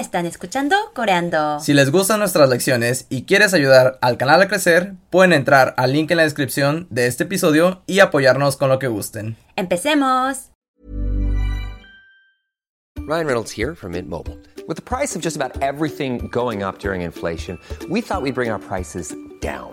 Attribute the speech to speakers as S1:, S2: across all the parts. S1: están escuchando Coreando.
S2: Si les gustan nuestras lecciones y quieres ayudar al canal a crecer, pueden entrar al link en la descripción de este episodio y apoyarnos con lo que gusten.
S1: ¡Empecemos!
S3: Ryan Reynolds here from Mint Mobile. With the price of just about everything going up during inflation, we thought we'd bring our prices down.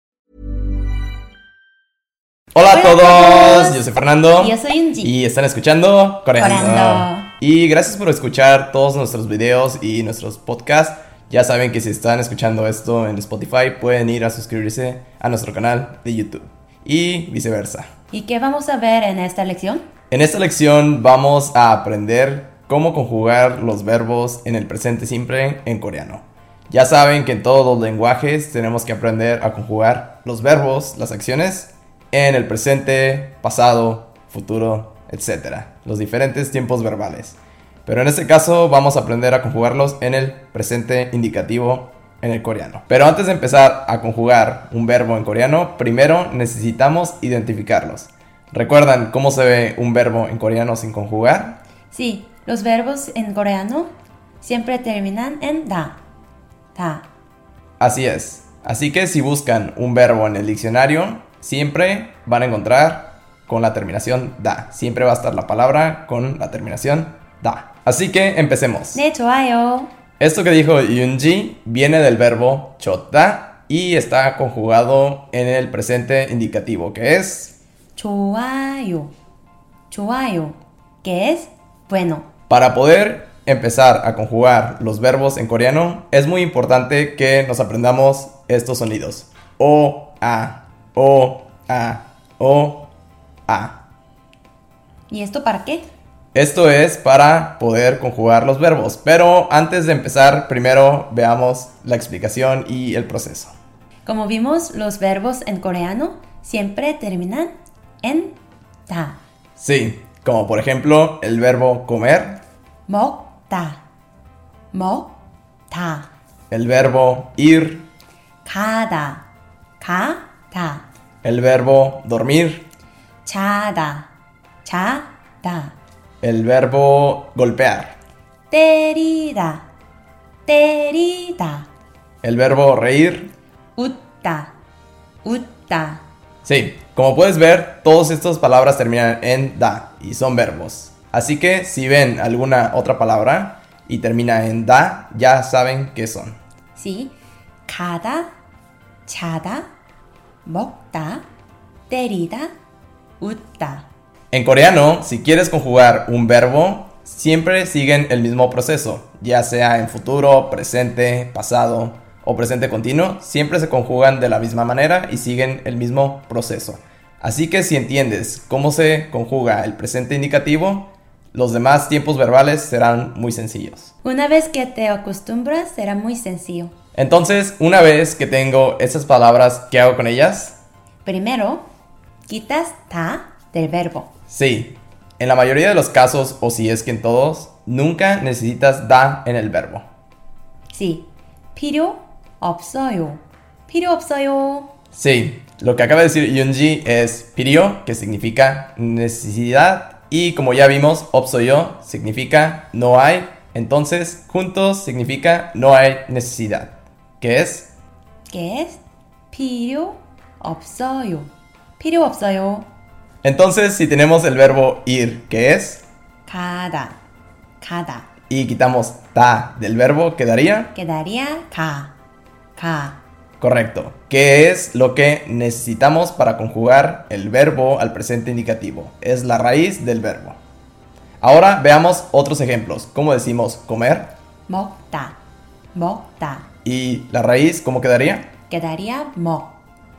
S2: Hola a
S1: Hola a
S2: todos,
S1: todos.
S2: yo soy Fernando.
S1: Y yo soy Unji.
S2: Y están escuchando Coreando.
S1: Coreando.
S2: Y gracias por escuchar todos nuestros videos y nuestros podcasts. Ya saben que si están escuchando esto en Spotify, pueden ir a suscribirse a nuestro canal de YouTube y viceversa.
S1: ¿Y qué vamos a ver en esta lección?
S2: En esta lección vamos a aprender cómo conjugar los verbos en el presente simple en coreano. Ya saben que en todos los lenguajes tenemos que aprender a conjugar los verbos, las acciones, en el presente, pasado, futuro, etc. Los diferentes tiempos verbales. Pero en este caso vamos a aprender a conjugarlos en el presente indicativo en el coreano. Pero antes de empezar a conjugar un verbo en coreano, primero necesitamos identificarlos. ¿Recuerdan cómo se ve un verbo en coreano sin conjugar?
S1: Sí, los verbos en coreano siempre terminan en da. Da.
S2: Así es. Así que si buscan un verbo en el diccionario, siempre van a encontrar con la terminación da. Siempre va a estar la palabra con la terminación da. Así que empecemos.
S1: 네, 좋아요.
S2: Esto que dijo Yunji viene del verbo chota y está conjugado en el presente indicativo, que es
S1: 좋아요. 좋아요. Que es bueno.
S2: para poder empezar a conjugar los verbos en coreano, es muy importante que nos aprendamos estos sonidos. O, a, o, a, o, a.
S1: ¿Y esto para qué?
S2: Esto es para poder conjugar los verbos, pero antes de empezar, primero veamos la explicación y el proceso.
S1: Como vimos, los verbos en coreano siempre terminan en da.
S2: Sí, como por ejemplo el verbo comer
S1: 먹다. 먹다.
S2: el verbo ir,
S1: 가다. 가다.
S2: el verbo dormir,
S1: 자다. 자다.
S2: el verbo golpear,
S1: 때리다. 때리다.
S2: el verbo reír.
S1: 웃다. 웃다.
S2: Sí, como puedes ver, todas estas palabras terminan en da y son verbos. Así que si ven alguna otra palabra y termina en da, ya saben qué son.
S1: 시 가다, 자다, 먹다, 때리다, 웃다.
S2: En coreano, si quieres conjugar un verbo, siempre siguen el mismo proceso, ya sea en futuro, presente, pasado o presente continuo, siempre se conjugan de la misma manera y siguen el mismo proceso. Así que si entiendes cómo se conjuga el presente indicativo, los demás tiempos verbales serán muy sencillos.
S1: Una vez que te acostumbras será muy sencillo.
S2: Entonces, una vez que tengo estas palabras, ¿qué hago con ellas?
S1: Primero, quitas ta del verbo.
S2: Sí, en la mayoría de los casos, o si es que en todos, nunca necesitas da en el verbo.
S1: 시 필요 없어요. 필요 없어요.
S2: Sí, lo que acaba de decir Yunji es pirio, que significa necesidad, y como ya vimos, opsoyo significa no hay, entonces juntos significa no hay necesidad, que es
S1: que es 필요 없어요. 필요 없어요.
S2: entonces si tenemos el verbo ir, que es,
S1: 가다. 가다.
S2: y quitamos ta del verbo, quedaría
S1: quedaría 가. 가.
S2: correcto, que es lo que necesitamos para conjugar el verbo al presente indicativo, es la raíz del verbo. Ahora veamos otros ejemplos, como decimos comer.
S1: 먹다. 먹다.
S2: ¿Y la raíz cómo quedaría?
S1: quedaría mo,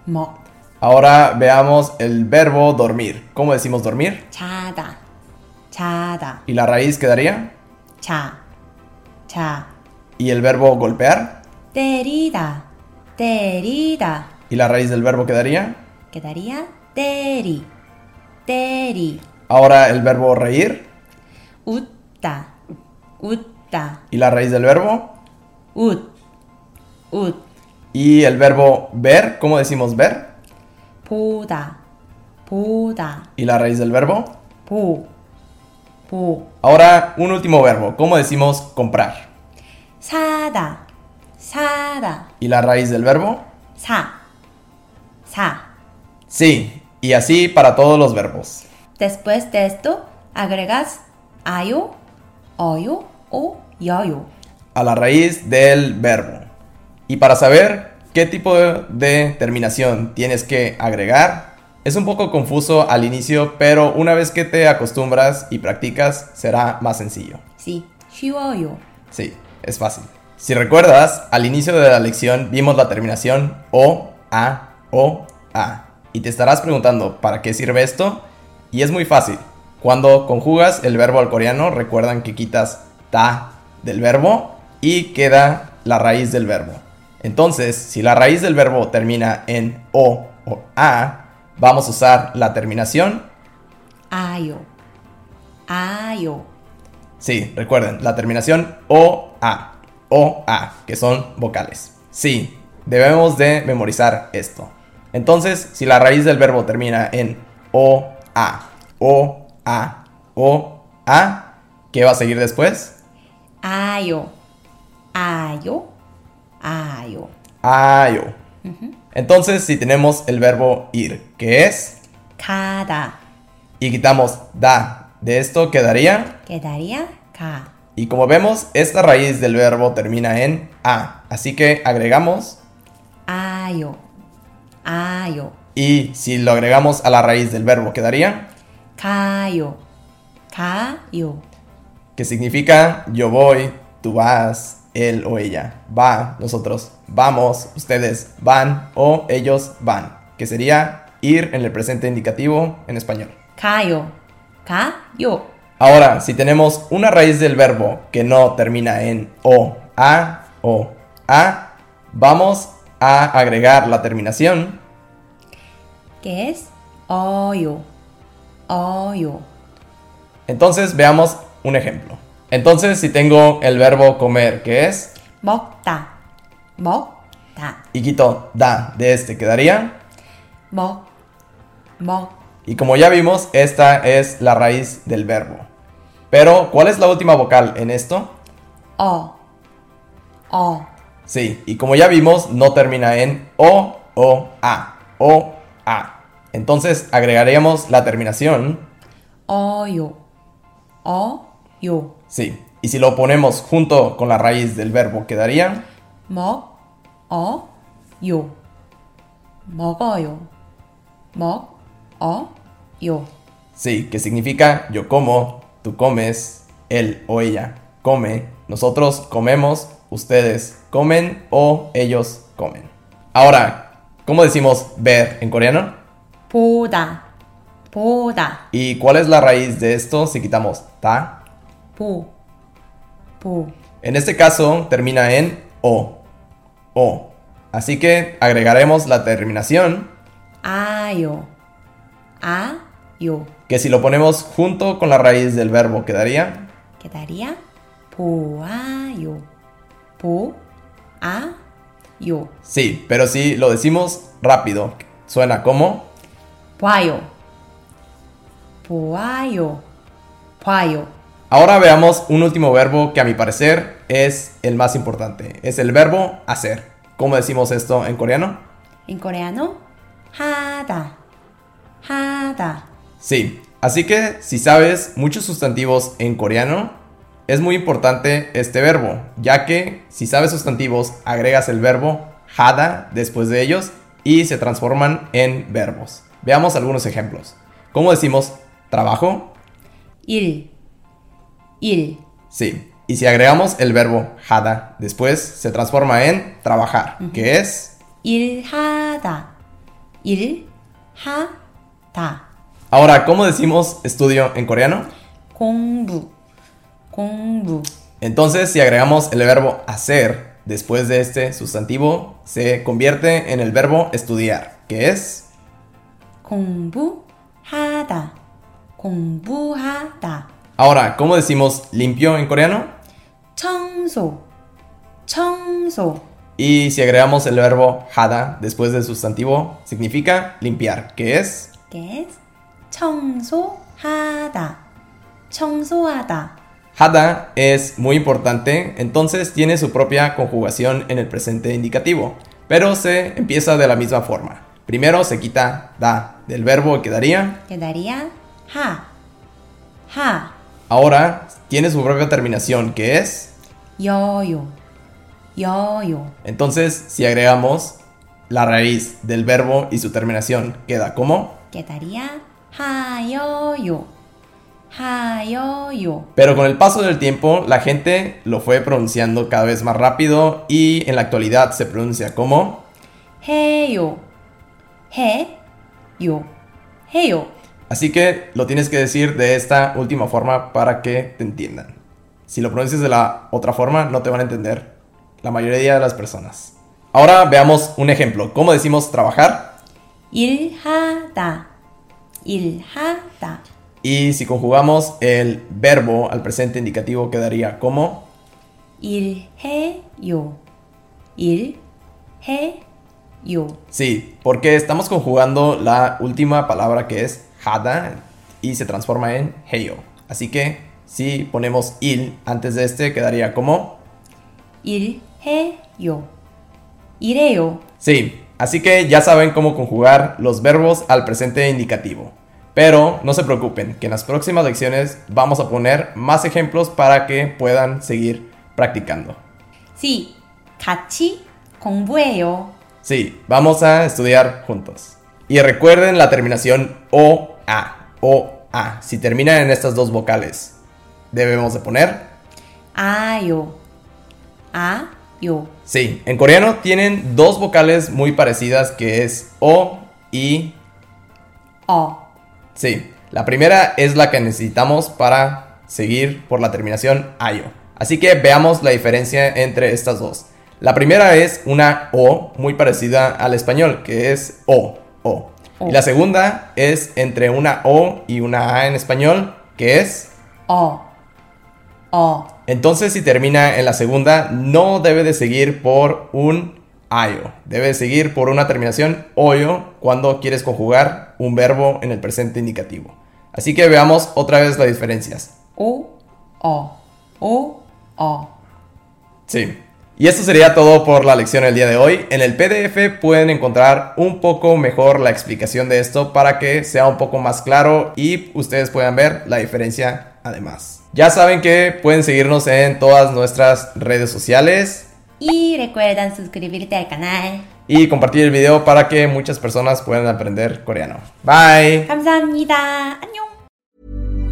S1: mo,
S2: Ahora veamos el verbo dormir. ¿Cómo decimos dormir?
S1: 자다, 자다,
S2: ¿Y la raíz quedaría?
S1: 자, 자,
S2: ¿Y el verbo golpear?
S1: 때리다, 때리다,
S2: ¿Y la raíz del verbo quedaría?
S1: quedaría 때리, 때리,
S2: Ahora el verbo reír
S1: 웃다, 웃다,
S2: y la raíz del verbo.
S1: 웃, 웃,
S2: Y el verbo ver, ¿cómo decimos ver?
S1: 보다, 보다,
S2: Y la raíz del verbo.
S1: 보, 보,
S2: Ahora un último verbo, ¿cómo decimos comprar?
S1: 사다, 사다,
S2: Y la raíz del verbo.
S1: 사, 사.
S2: Sí, y así para todos los verbos.
S1: Después de esto, agregas ayo, oyo o yoyo.
S2: A la raíz del verbo. Y para saber qué tipo de- de terminación tienes que agregar, es un poco confuso al inicio, pero una vez que te acostumbras y practicas, será más sencillo.
S1: Sí, 쉬워요.
S2: Sí, es fácil. Si recuerdas, al inicio de la lección vimos la terminación O, A, O, A. Y te estarás preguntando, ¿para qué sirve esto? Y es muy fácil. Cuando conjugas el verbo al coreano, recuerdan que quitas ta del verbo y queda la raíz del verbo. Entonces, si la raíz del verbo termina en O o A, vamos a usar la terminación
S1: 아요, 아요.
S2: Sí, recuerden, la terminación OA, OA, que son vocales. Sí, debemos de memorizar esto. Entonces, si la raíz del verbo termina en OA, OA, OA, ¿qué va a seguir después?
S1: 아요, 아요, 아요.
S2: Ayo. Entonces, si tenemos el verbo ir, que es,
S1: 가다,
S2: y quitamos da de esto, quedaría
S1: 깨달이야, 가.
S2: Y como vemos, esta raíz del verbo termina en a, así que agregamos
S1: 아요, 아요,
S2: Y si lo agregamos a la raíz del verbo quedaría,
S1: 가요, 가요.
S2: que significa yo voy, tú vas, él o ella va, nosotros vamos, ustedes van o ellos van, que sería ir en el presente indicativo en español.
S1: 가요, 가요.
S2: Ahora, si tenemos una raíz del verbo que no termina en o, a o a, vamos a agregar la terminación
S1: que es 어요, 어요.
S2: Entonces veamos un ejemplo. Entonces, si tengo el verbo comer, que es,
S1: 먹다, 먹다,
S2: y quito da de este, quedaría.
S1: 먹, 먹,
S2: Y como ya vimos, esta es la raíz del verbo. Pero, ¿cuál es la última vocal en esto?
S1: 어, 어,
S2: Sí, y como ya vimos, no termina en o, o, a, o, a. Entonces agregaríamos la terminación,
S1: 어요, 어요.
S2: sí. Y si lo ponemos junto con la raíz del verbo, quedaría.
S1: 먹, 어, 요. 먹어요, 먹, 어, 요.
S2: Sí, que significa yo como, tú comes, él o ella come, nosotros comemos, ustedes comen o ellos comen. Ahora, ¿cómo decimos ver en coreano?
S1: 보다, 보다,
S2: ¿Y cuál es la raíz de esto si quitamos ta?
S1: 보, 보.
S2: En este caso termina en o. O. Así que agregaremos la terminación
S1: 아요, 아요.
S2: que si lo ponemos junto con la raíz del verbo quedaría
S1: 기다려 보아요 보아요
S2: Sí, pero si lo decimos rápido, suena como
S1: 봐요 보아요 봐요
S2: Ahora veamos un último verbo que a mi parecer es el más importante. Es el verbo hacer. ¿Cómo decimos esto en coreano?
S1: In coreano 하다 하다
S2: Sí. Así que si sabes muchos sustantivos en coreano, es muy importante este verbo, ya que si sabes sustantivos, agregas el verbo hada después de ellos y se transforman en verbos. Veamos algunos ejemplos. ¿Cómo decimos trabajo?
S1: 일일
S2: Sí. Y si agregamos el verbo hada después, se transforma en trabajar, que es
S1: 일하다 일하다
S2: Ahora, ¿cómo decimos estudio en coreano?
S1: 공부 공부
S2: Entonces, si agregamos el verbo hacer después de este sustantivo, se convierte en el verbo estudiar, que es
S1: 공부하다, 공부하다.
S2: Ahora, ¿cómo decimos limpio en coreano?
S1: 청소, 청소.
S2: Y si agregamos el verbo hada después del sustantivo, significa limpiar, que es
S1: 이게 청소하다, 청소하다.
S2: hada es muy importante, entonces tiene su propia conjugación en el presente indicativo, pero se empieza de la misma forma. Primero se quita da del verbo y quedaría.
S1: quedaría 하, 하,
S2: Ahora tiene su propia terminación, que es
S1: 여요, 여요.
S2: Entonces, si agregamos la raíz del verbo y su terminación, queda como,
S1: quedaría 하여요, 하여요.
S2: pero con el paso del tiempo la gente lo fue pronunciando cada vez más rápido y en la actualidad se pronuncia como,
S1: 해요, 해요, 해요.
S2: así que lo tienes que decir de esta última forma para que te entiendan. Si lo pronuncias de la otra forma, no te van a entender la mayoría de las personas. Ahora veamos un ejemplo. ¿Cómo decimos trabajar?
S1: 일하다, 일하다.
S2: Y si conjugamos el verbo al presente indicativo quedaría como
S1: 일해요, 일해요.
S2: Sí, porque estamos conjugando la última palabra que es hada y se transforma en heyo. Así que si ponemos il antes de este quedaría como
S1: 일해요, 일해요.
S2: sí. Así que ya saben cómo conjugar los verbos al presente indicativo. Pero no se preocupen, que en las próximas lecciones vamos a poner más ejemplos para que puedan seguir practicando.
S1: Sí, 같이 공부해요.
S2: Sí, vamos a estudiar juntos. Y recuerden la terminación o a, o a. Si terminan en estas dos vocales, debemos de poner.
S1: 아요, 아요.
S2: Sí, en coreano tienen dos vocales muy parecidas que es o y
S1: 어,
S2: sí. La primera es la que necesitamos para seguir por la terminación ayo. Así que veamos la diferencia entre estas dos. La primera es una o muy parecida al español, que es o, o.
S1: O.
S2: Y la segunda es entre una o y una a en español, que es
S1: 어, 어.
S2: entonces, si termina en la segunda, no debe de seguir por un ayo. Debe de seguir por una terminación oyo cuando quieres conjugar un verbo en el presente indicativo. Así que veamos otra vez las diferencias.
S1: 오, 어, 오, 어.
S2: Sí. Y esto sería todo por la lección del día de hoy. En el PDF pueden encontrar un poco mejor la explicación de esto para que sea un poco más claro y ustedes puedan ver la diferencia además. Ya saben que pueden seguirnos en todas nuestras redes sociales.
S1: Y recuerdan suscribirte al canal.
S2: y compartir el video para que muchas personas puedan aprender coreano. Bye.
S1: 감사합니다. 안녕.